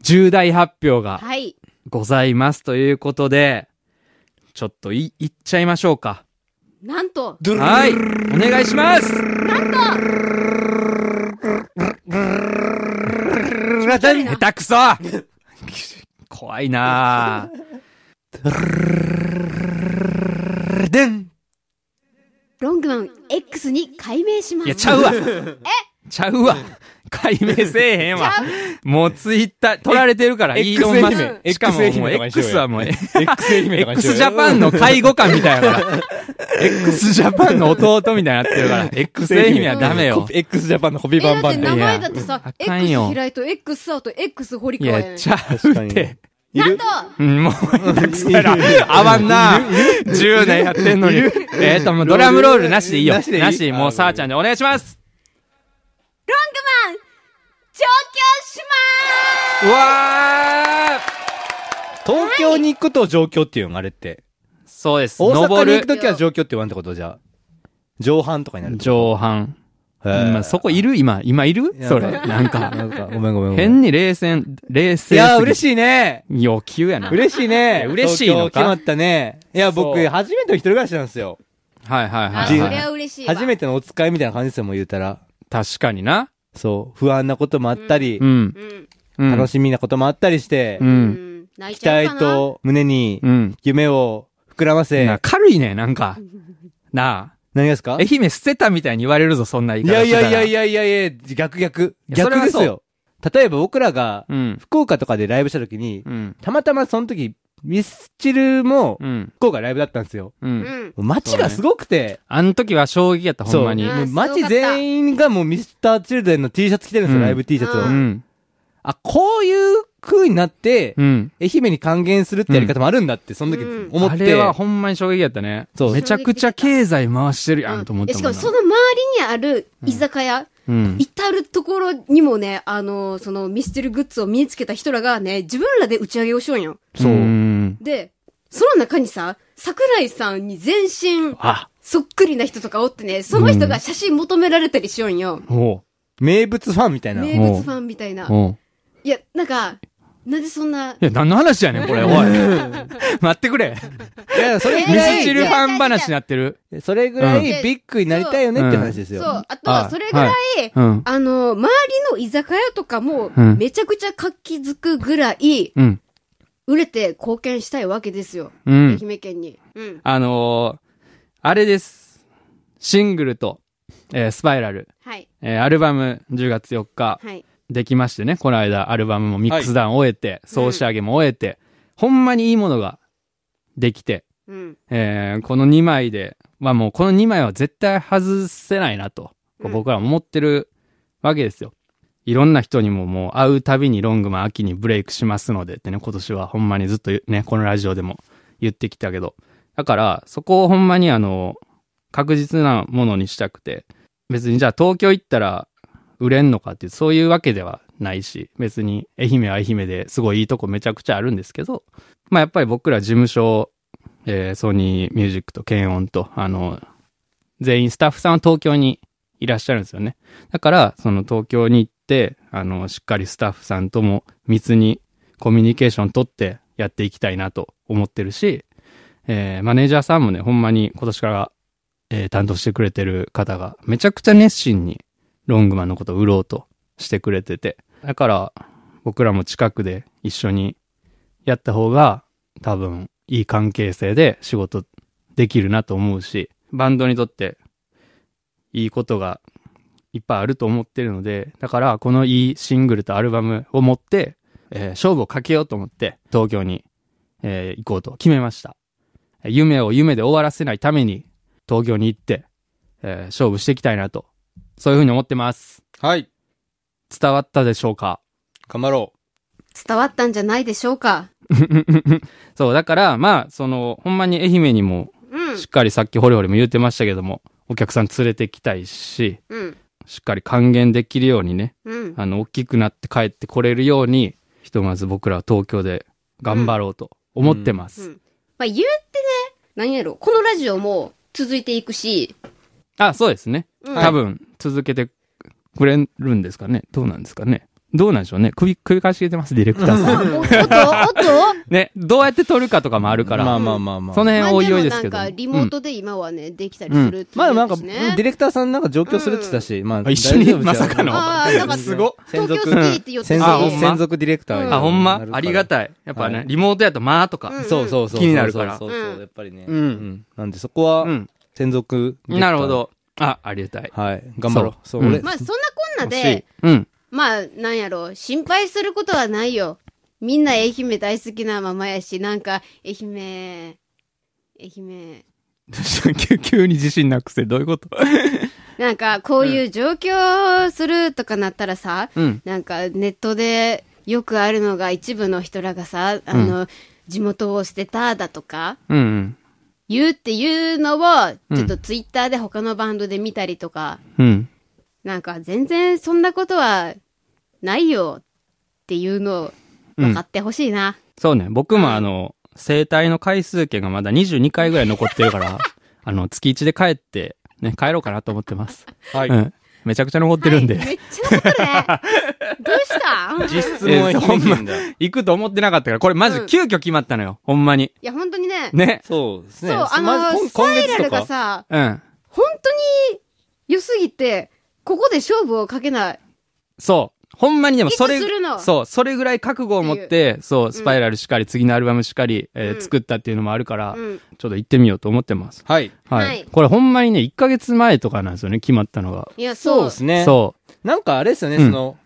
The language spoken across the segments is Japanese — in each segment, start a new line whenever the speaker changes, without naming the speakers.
重大発表が
はい。
ございますということで、ちょっとい、いっちゃいましょうか。
なんと、
ドゥルルル
はい、お願いします
なんと、
ラダン
下手くそ怖いなぁ。
ラダン
ロングマン X に改名します。
いや、ち ゃうわえちゃうわ解明せえへんわ
ちゃう。
もうツイッター、取られてるから、
X
イーロンマス
愛
ク。
媛
しかも
X 愛媛
もう
の感じよ
X はもう、
X 愛媛とかにし よ
X
う
ジャパンの介護官みたいな から。X ジャパンの弟みたいになってるから、X 愛媛はダメよ
コ。ピ X ジャパンのホビ
え、
バ
だっ
ンバ
て
ン
名
で。
前だってさ
いや、あかん
X
よ
平井と X アウト、X 堀
い
川や
や、
ん。
ちゃう
確か
っ
に
て。
い
なん
る
と、
うん、もう、たくさんら、合わんな。10年やってんのに。えっと、もうドラムロールなしでいいよ。
なしでいい
なし、も
あ
う、さあちゃんでお願いします。
ロングマン、上京しま
うわー
東京に行くと上京っていうのあれって。
そうです。
大阪
登
に行く
る。
ときは上京って言わんってことじゃあ。上半とかになるってこ
上半。
と。へー
今、そこいる今、今いる
いや
それ。なんか、
なんか、ごめんごめんごめん。
変に冷静、冷静すぎ。
いやー、嬉
い。
しいね。
要求やな。はい
嬉しいね。
嬉しいのか
東京決まったね。いや、
そう
僕、初めての一人暮らしなんですよ。
はいはい
あ、
はい
人
そ
は
れ
い。
は嬉しいわ。
初めてのお使いみたいな感じですよ、もう言うたら。
確かにな。
そう、不安なこともあったり
う、ん。
うん。
うん
楽しみなこともあったりして
う、。
うんん。泣い
期
ちゃう
待
かな。
と胸に
うん。
夢を膨らませ、
な軽いね、なん か。な
何がです
あ。
か
愛媛捨てたみたいに言われるぞ、そんな言い
い
方
やい
してた
や
ら
いやいやいやいや、逆逆。
いやそれ
逆
は
です
そう
よ。例えば僕らが、
うん。
福岡とかでライブした時に、
うん。
たまたまその時、ミスチルも、
うん。
福岡ライブだったんですよ。
う。
うんん。
もう街がすごくて、
あの時は衝撃やった、ほんまに。
そうあー
もう街
すごかった
全員がもうミスターチルドレンの T シャツ着てるんですよ、
うん。
ライブ T シャツを。
うん
あ、こういう風になって、
うん。
愛媛に還元するってやり方もあるんだって、その時
うん
思
あ
っ
れ
て。
はほんまに衝撃やったね。
そう
めちゃくちゃ経済回してるやんと思っ
え
た
し
も
か
ん
も
な
その周りにある居酒屋、
うん。
至るところにもね、あのーそのミステルグッズを身につけた人らがね、自分らで打ち上げをしようよ。
そう
うん
で、その中にさ、桜井さんに全身
あ、
そっくりな人とかおってね、その人が写真求められたりしようんよ。
おう。
名物ファンみたいな。
名物ファンみたいな。
おう。
いや、なんか、なんでそんな、
いや、何の話やねん、 これ、おい。待ってくれ。
いや、それぐ
ミ
ら
ス
い、
チルファン話になってる。
それぐら
うん
いビッグになりたいよねって話です
そう
よ。、
あとはそれぐらい、
うん。
あのー周りの居酒屋とかも
うん、
めちゃくちゃ活気づくぐらい、
うん。
売れて貢献したいわけですよ。
うん。
愛媛県に。うん。
あのー、あれです。シングルと、えースパイラル。
はい。
えーアルバム10月4日
はい。
できましてね、この間アルバムもミックスダウン終えて、総仕上げも終えて、ほんまにいいものができて、
うん。
えーこの2枚で、まあもうこの2枚は絶対外せないなと、こ
う
うん僕らも思ってるわけですよ。いろんな人にももう会うたびにロングマン秋にブレイクしますのでってね、今年はほんまにずっとね、このラジオでも言ってきたけど。だから、そこをほんまにあの、確実なものにしたくて、別にじゃあ東京行ったら売れんのかっていう、そういうわけではないし、別に愛媛は愛媛ですごいいいとこめちゃくちゃあるんですけど、まあやっぱり僕ら事務所えーソニーミュージックと検音と、あの、全員スタッフさんは東京にいらっしゃるんですよね。だから、その東京に行って、あの、しっかりスタッフさんとも密にコミュニケーション取ってやっていきたいなと思ってるし、えーマネージャーさんもね、ほんまに今年から、えー担当してくれてる方が、めちゃくちゃ熱心にロングマンのことを売ろうとしてくれてて、だから、僕らも近くで一緒にやった方が、多分いい関係性で仕事できるなと思うしバンドにとっていいことがいっぱいあると思ってるのでだからこのいいシングルとアルバムを持って、えー勝負をかけようと思って東京に、えー行こうと決めましたえー夢を夢で終わらせないために東京に行って、えー勝負していきたいなとそういうふうに思ってます
はい。
伝わったでしょうか
頑張ろ
伝わったんじゃないでしょうか。
そうだからまあそのほんまに愛媛にも
う ん
しっ。かりさっきホリホリも言ってましたけども、お客さん連れてきたいし、
うん。
しっかり還元できるようにね、
うん。
あの、大きくなって帰ってこれるように、ひとまず僕らは東京で頑張ろうと思ってます。
うんうんまあ、言うてね、何やろ、このラジオも続いていくし、
あ、そうですね。
うん
多分、続けてくれるんですかね。どうなんですかね。どうなんでしょうね。首、首かしげてます、ディレクターさん。
あおおっとおっと
ね、どうやって撮るかとかもあるから。
まあまあまあまあ。
その
ま
辺
あ
お
で
いお
も
いで
な
す
ん
けど。
かリモートで今はね、できたり
うん
するって
まあでもなんか、
こと
デ
ですね
ィレクターさんなんか上京するって言ってたし、ま
あ
あ、
一緒に
大丈夫ちゃう
まさかの
あーなんか
すごっ
専属
東京好きって言ってた
専
あほん
属、
ま
専属ディレクターになるから。
あ、ほんまありがたい。やっぱね、
はい
リモートやと、まあとか。
うん
そうそうそう。
気になるから
そうそうそう
うん
やっぱりね。
うん
なんでそこは
う、ん。
専属ディレクター
なるほ。ど。あ、ありがたい。
はい。頑張ろう。
そ
そうう、俺
うん
まあそんなこんな
欲しい
で、
うん。
まあなんやろう、心配することはないよ。みんな愛媛大好きなままやし、なんか愛媛、愛媛、
急急に自信なくせ、どういうこと
なんかこういう上京するとかなったらさ、
うん。
なんかネットでよくあるのが一部の人らがさ、あの、地元を捨てただとか、
うんうん。
言うっていうのを、
うん
ちょっとツイッターで他のバンドで見たりとか、
うん。
なんか全然そんなことはないよっていうのを分かってほしいな。
そうね。僕もあの、生体の回数券がまだ22回ぐらい残ってるから、あの、月1で帰って、ね、帰ろうかなと思ってます。
は
う。ん。めちゃくちゃ残ってるんで。
はいめっちゃ残ってるね。どうした
実質もう
えーほんま
んだ。
行くと思ってなかったから、これマジ
うん
急遽決まったのよ。ほんまに。
いや、本当にね。
ね。
そうですね。
そう、あ
ま
の、
今
スパイラ
今月
ル
とか
がさ、
うん。
本当に良すぎて、ここで勝負をかけない。
そう。ほんまにでもそれ
いつするの、
そう、それぐらい覚悟を持っ、
って
そう、スパイラルしかり、次のアルバムしかり、えー
うん
作ったっていうのもあるから、
うん。
ちょっと行ってみようと思ってます。
はい。
はい。
はい
これほんまにね、1ヶ月前とかなんですよね、決まったのが。
いや、
そう
そう。
ですね。
そ
なんかあれですよね、
うん
その、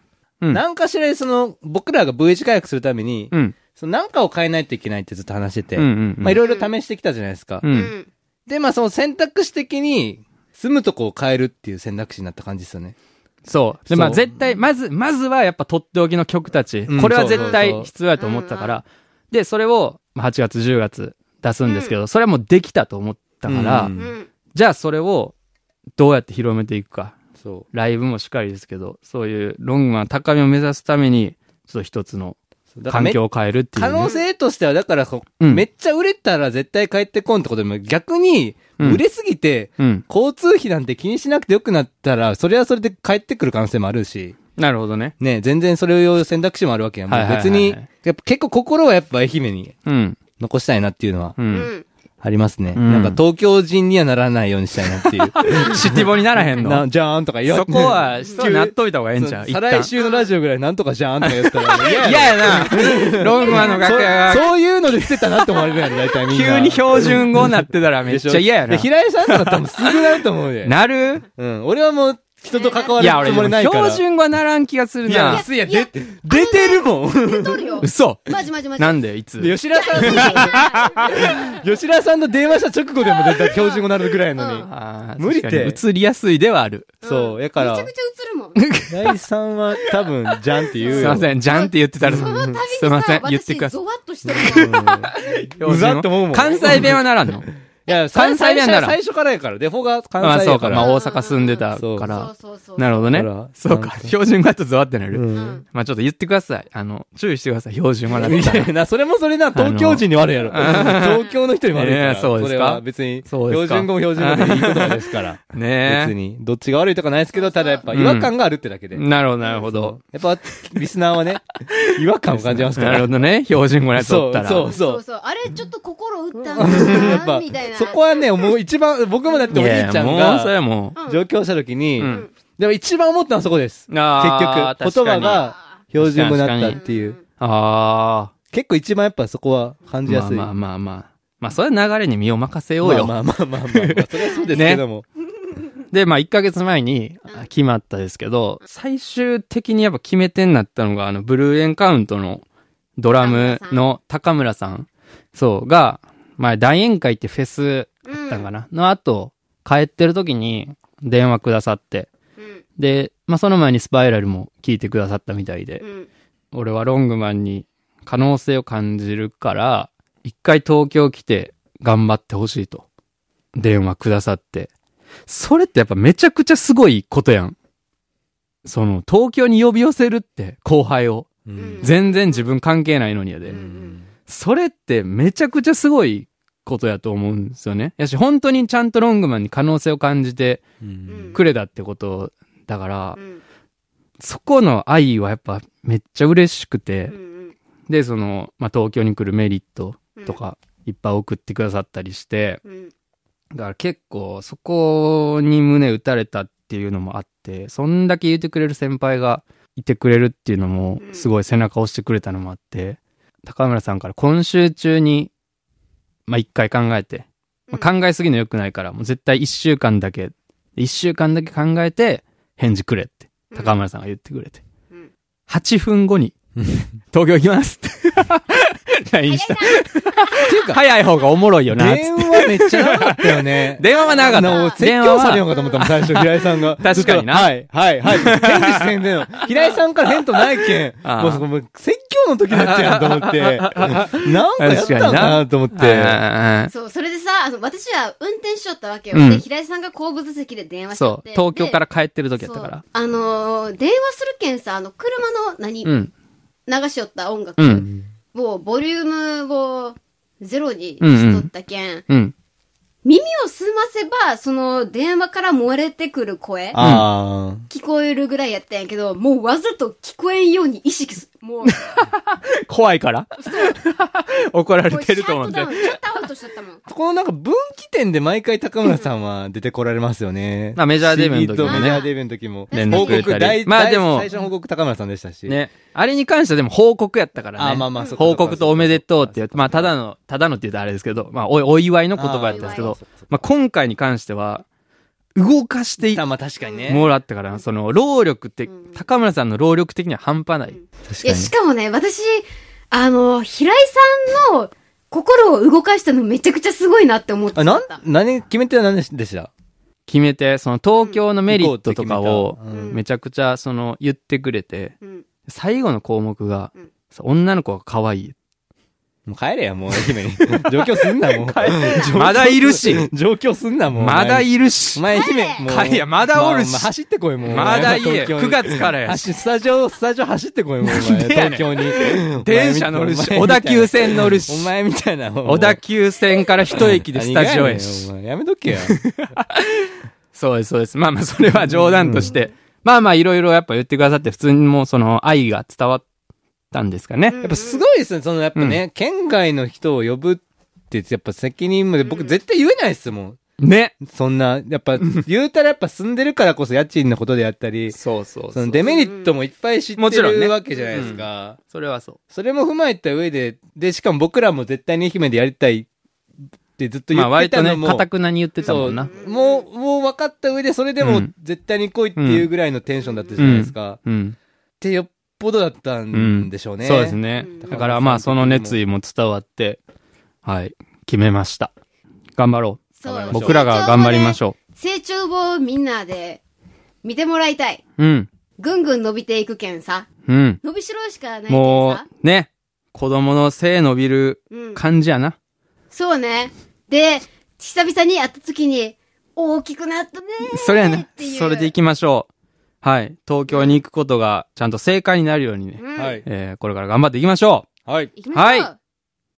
うん
なんかしらその、僕らが V 字回復するために
う。、うん。
そのなんかを変えないといけないってずっと話してて、
うんうんうん
まあいろいろ試してきたじゃないですか。
う。
うんん。
で、まあその選択肢的に、住むとこを変えるっていう選択肢になった感じですよね。
そう。で、まあ
そう
絶対、まず、まずはやっぱとっておきの曲たち。
うん
これは
そう
絶
そうそ
対
う
必要やと思ってたから。で、それをまあ8月、10月出すんですけど、それはもうできたと思ったから、
うん
うん。
じゃあそれをどうやって広めていくか。
そ
ライブもしっかりですけど、そういうロングマン高みを目指すために、ちょっと一つの
う。だか
環
らめ
境を変えるっていう
可
ね、
能性としては、だからこう、
うん
めっちゃ売れたら絶対帰ってこんってことでも、逆に、
うん
売れすぎて、
うん。
交通費なんて気にしなくてよくなったら、それはそれで帰ってくる可能性もあるし、
なるほどね。
ね、全然それを選択肢もあるわけやん。も
はいうはいはいはい
別に、やっぱ結構心はやっぱ愛媛に
うん。
残したいなっていうのは
う。
うんん。
ありますね。
うん
なんか東京人にはならないようにしたいなっていう。
シティボにならへん
な
の。
じゃーんとか言わ
そ
れて
こ は、そうなっといた方がええんちゃう。
そう
一
再
旦
来週のラジオぐらいなんとかじゃーんとか言った ら、いや
嫌やな。ロングマンの楽屋
そ
が
うそういうので捨てたなって思われるやん、大体みんな。
急に標準語になってたらめっちゃ嫌や
で
な
しょで。平井さんとか多分すぐなると思うで。
なる
うん。俺はもう人と関わ
いや、
る
俺
つもりないから。
標準語はならん気がする
いや
な。
いや、
いや
で出てるもん。
出とるよ。
嘘
マジマジマ ジ。
なんでいつ
で吉田さん、吉田さんと電話した直後でも絶対標準語になるぐらいやのに。
うん
あー
無理って
確かに移りやすいではある。
そう、やか
めちゃ
ら
く、ちゃ映るもん。
平井さんは多分、じゃんって言うよ。
すいません、じゃんって言ってたら、す
その度にさ、
いません、言ってください。
私ゾワッとしてるもん。
うざっと思うもん
関西弁はなら んの
いや、
関
関
西
西
弁
弁
な
な
ら
ら。最初からやから。デフォが
ま
関
あ
西
そ
や
うか、
か
まあ
ら。
大阪住んでた
そう
から。
そうそうそう。
なるほどね
だから。
そうか
なん、か
標準語だとゾワってなる。
うん
まあちょっと言ってください。あの、注意してください、標準語だっ
み
た
た
ら。
いな、それもそれな、東京人に悪いやろ。 東京の人に悪いか
え
ら。
ーそうですか
れは別に、
そうですか
標準語も標準語でいいことです から。別
ね
に、どっちが悪いとかないですけど、ただやっぱ違和感があるってだけで。
え。
うん
なるほど、なるほど。
やっぱ、リスナーは ね、違和感を感じますか
なる
ら
ほ。どね、標準語のやつお
そ
った
う、
ら。
そう、
そ
そうう。
そう。あれ、ちょっと心打ったん
やっ
だな、
ぱ
みたい、な。
そこはね、もう一番、僕もだってお
い
兄
やい
ちゃ
や
ん
もう、それ
が、
はも
うん
上京した時に
ん、
でも一番思ったのはそこです。
う。あ
結
ー確
局、言葉。
かに
が標準語になったっていう。
あ
結構一番やっぱそこは感
あ。
じや
まあ
すい。
まあまあまあ。まあ、それは流れに身を任せようよ。
まあまあまあまあまあまあ、それはそうですけども。
で、まあ、1ヶ月前にあ決まったですけど、最終的にやっぱ決め手になったのが、あの、ブルーエンカウントのドラムの高村さん、そう、が、まあ、大宴会ってフェス
う
だ
ん。
ったんかな、の後、帰ってる時に電話くださって、
うん。
で、まあ、その前にスパイラルも聞いてくださったみたいで
う、ん。
俺はロングマンに可能性を感じるから、一回東京来て頑張ってほしいと。電話くださって。それってやっぱめちゃくちゃすごいことやん。その、東京に呼び寄せるって、後輩を。
ん
全然自分関係ないのにやで。それってめちゃくちゃすごいことやと思うんですよね。やし、本当にちゃんとロングマンに可能性を感じて
うん
うん
くれたってことだから
う、ん
そこの愛はやっぱめっちゃ嬉しくて、
うん
で、その、まあ、東京に来るメリット
うん
と。か、いっぱい送ってくださったりして、
うん。
だから結構そこに胸打たれたっていうのもあって、そんだけ言ってくれる先輩がいてくれるっていうのも
う、ん
すごい背中を押してくれたのもあって、高村さんから今週中に、まあ、一回考えて、まあ考えすぎの良くないから、もう絶対一週間だけ、一週間だけ考えて、返事くれって、高村さんが言ってくれて。
うん
8分後に、東京行きますって。LINE した。
ていうか、
早い方がおもろいよな、つって。
電話めっちゃ長かったよね
電話は長かった
なんか説
電話
教
は
されようかと思ったもん、最初、平井さんが。
確かにな
ずっとはい、はい、はい。返事してんだよ。平井さんから返答ないけん。
ああ
もうそこ、もう説教の時だったやんと思って。なんかやったんかなと思っ
うんうん
て。
うん
そう、それでさ、あの私は運転しよったわけよ。
うん
で、平井さんが後部座席で電話しちゃ
そ
っ
う、
て。
東京からら帰ってる時やったから。
あのー電話するけんさ、あの、車の何、
うん。
流しよった音楽、
うん。
をボリュームをゼロにしとったけん、
うん。
耳を澄ませば、その電話から漏れてくる声、
あ
聞こえるぐらいやったんやけど、もうわざと聞こえんように意識する。もう、も
怖いから。 怒られ
う
てると思っ
シャ
て
ットダウ。ン、シャットアウトしちゃったもん。
あ。このなんか分岐点で毎回高村さんは出てこられますよね。
まあメジャーデビューの時もね
不思議とメジャーデビューの時も。
連絡
報
くれ
告
たり
大、。
まあで
大
も
最、初の報告高村さんでしたし。
ね。あれに関してはでも報告やったからね。
ああまあまあそっか
報告とおめでとうって言って、まあただの、ただのって言うとあれですけど、まあおお祝いの言葉やったんですけ
ああ
ど
そっかそっか、
まあ今回に関しては、動かしてい
まあ確かにね。
もらったから、その労力って、高村さんの労力的には半端ない。
確
いや、しかもね、私、あの、平井さんの心を動かしたのめちゃくちゃすごいなって思ってた。
あ、なん、何、決め手は何でした
決めて、その東京のメリットとかを
うん
うん
めちゃくちゃその言ってくれて、
うん、
最後の項目が
うん、
女の子が可愛い。
もう帰れや、もう愛 媛に。上京すんな、もう。
まだいるし、
上京すんな、もう。
まだ
る。
いるし
お、前、姫、もう。
いやまだおるし
まあまあ走ってこい、もう。
まだいいえ、
東京に
9月からやし、
走スタジオ、スタジオ走ってこい、もう、お前。
でやねん
東京に。
電車乗るし、
お
小田
前みたいな
急線乗るし
お、前みたいな、
小
小
田急線から一駅でスタジオへし。
やねんお前やめとけよ。
そうです、そうです。まあまあ、それは冗談として、まあまあ、いろいろやっぱ言ってくださって、普通にもうその愛が伝わったんですかね。
や
やっぱすごいですね、そのやっぱね、県外の人を呼ぶって、やっぱ責任まで、僕絶対言えないですもん。
ね。
そんな、やっぱ、言うたらやっぱ住んでるからこそ家賃のことであったり、
そうそう
そのデメリットもいっぱい知って
もちろんね
るわけじゃないですか。
それはそう。
それも踏まえた上で、で、しかも僕らも絶対に愛媛でやりたいってずっと言
まあ、
って
割
た
と
の
ね、
も、
かたくなに言ってたもんな。
そうもう、もう分かった上で、それで
う
も
ん
絶対に来いっていうぐらいのテンションだったじゃないですか。っ
うん。
てよっぽどだったんでしょうね。
そうですね
う。ん
だからまあその熱意も伝わって、はい、決めました。頑張ろ
そう
う。僕らが頑張りましょ
う。成長をみんなで見てもらいたい。
う。うん。
ぐんぐん伸びていくけんさ。
うん。
伸びしろしかないけんさ。
もう、ね、子供の背伸びる
うん、
感じやな。
そうね。で、久々に会った時に、大きくなったねー
それやね
ってい。う
それで行きましょう。はい。東京に行くことがちゃんと正解になるようにね
う。ん
はい。
えー、これから頑張っていきましょう。
はい。
行きましょう。
は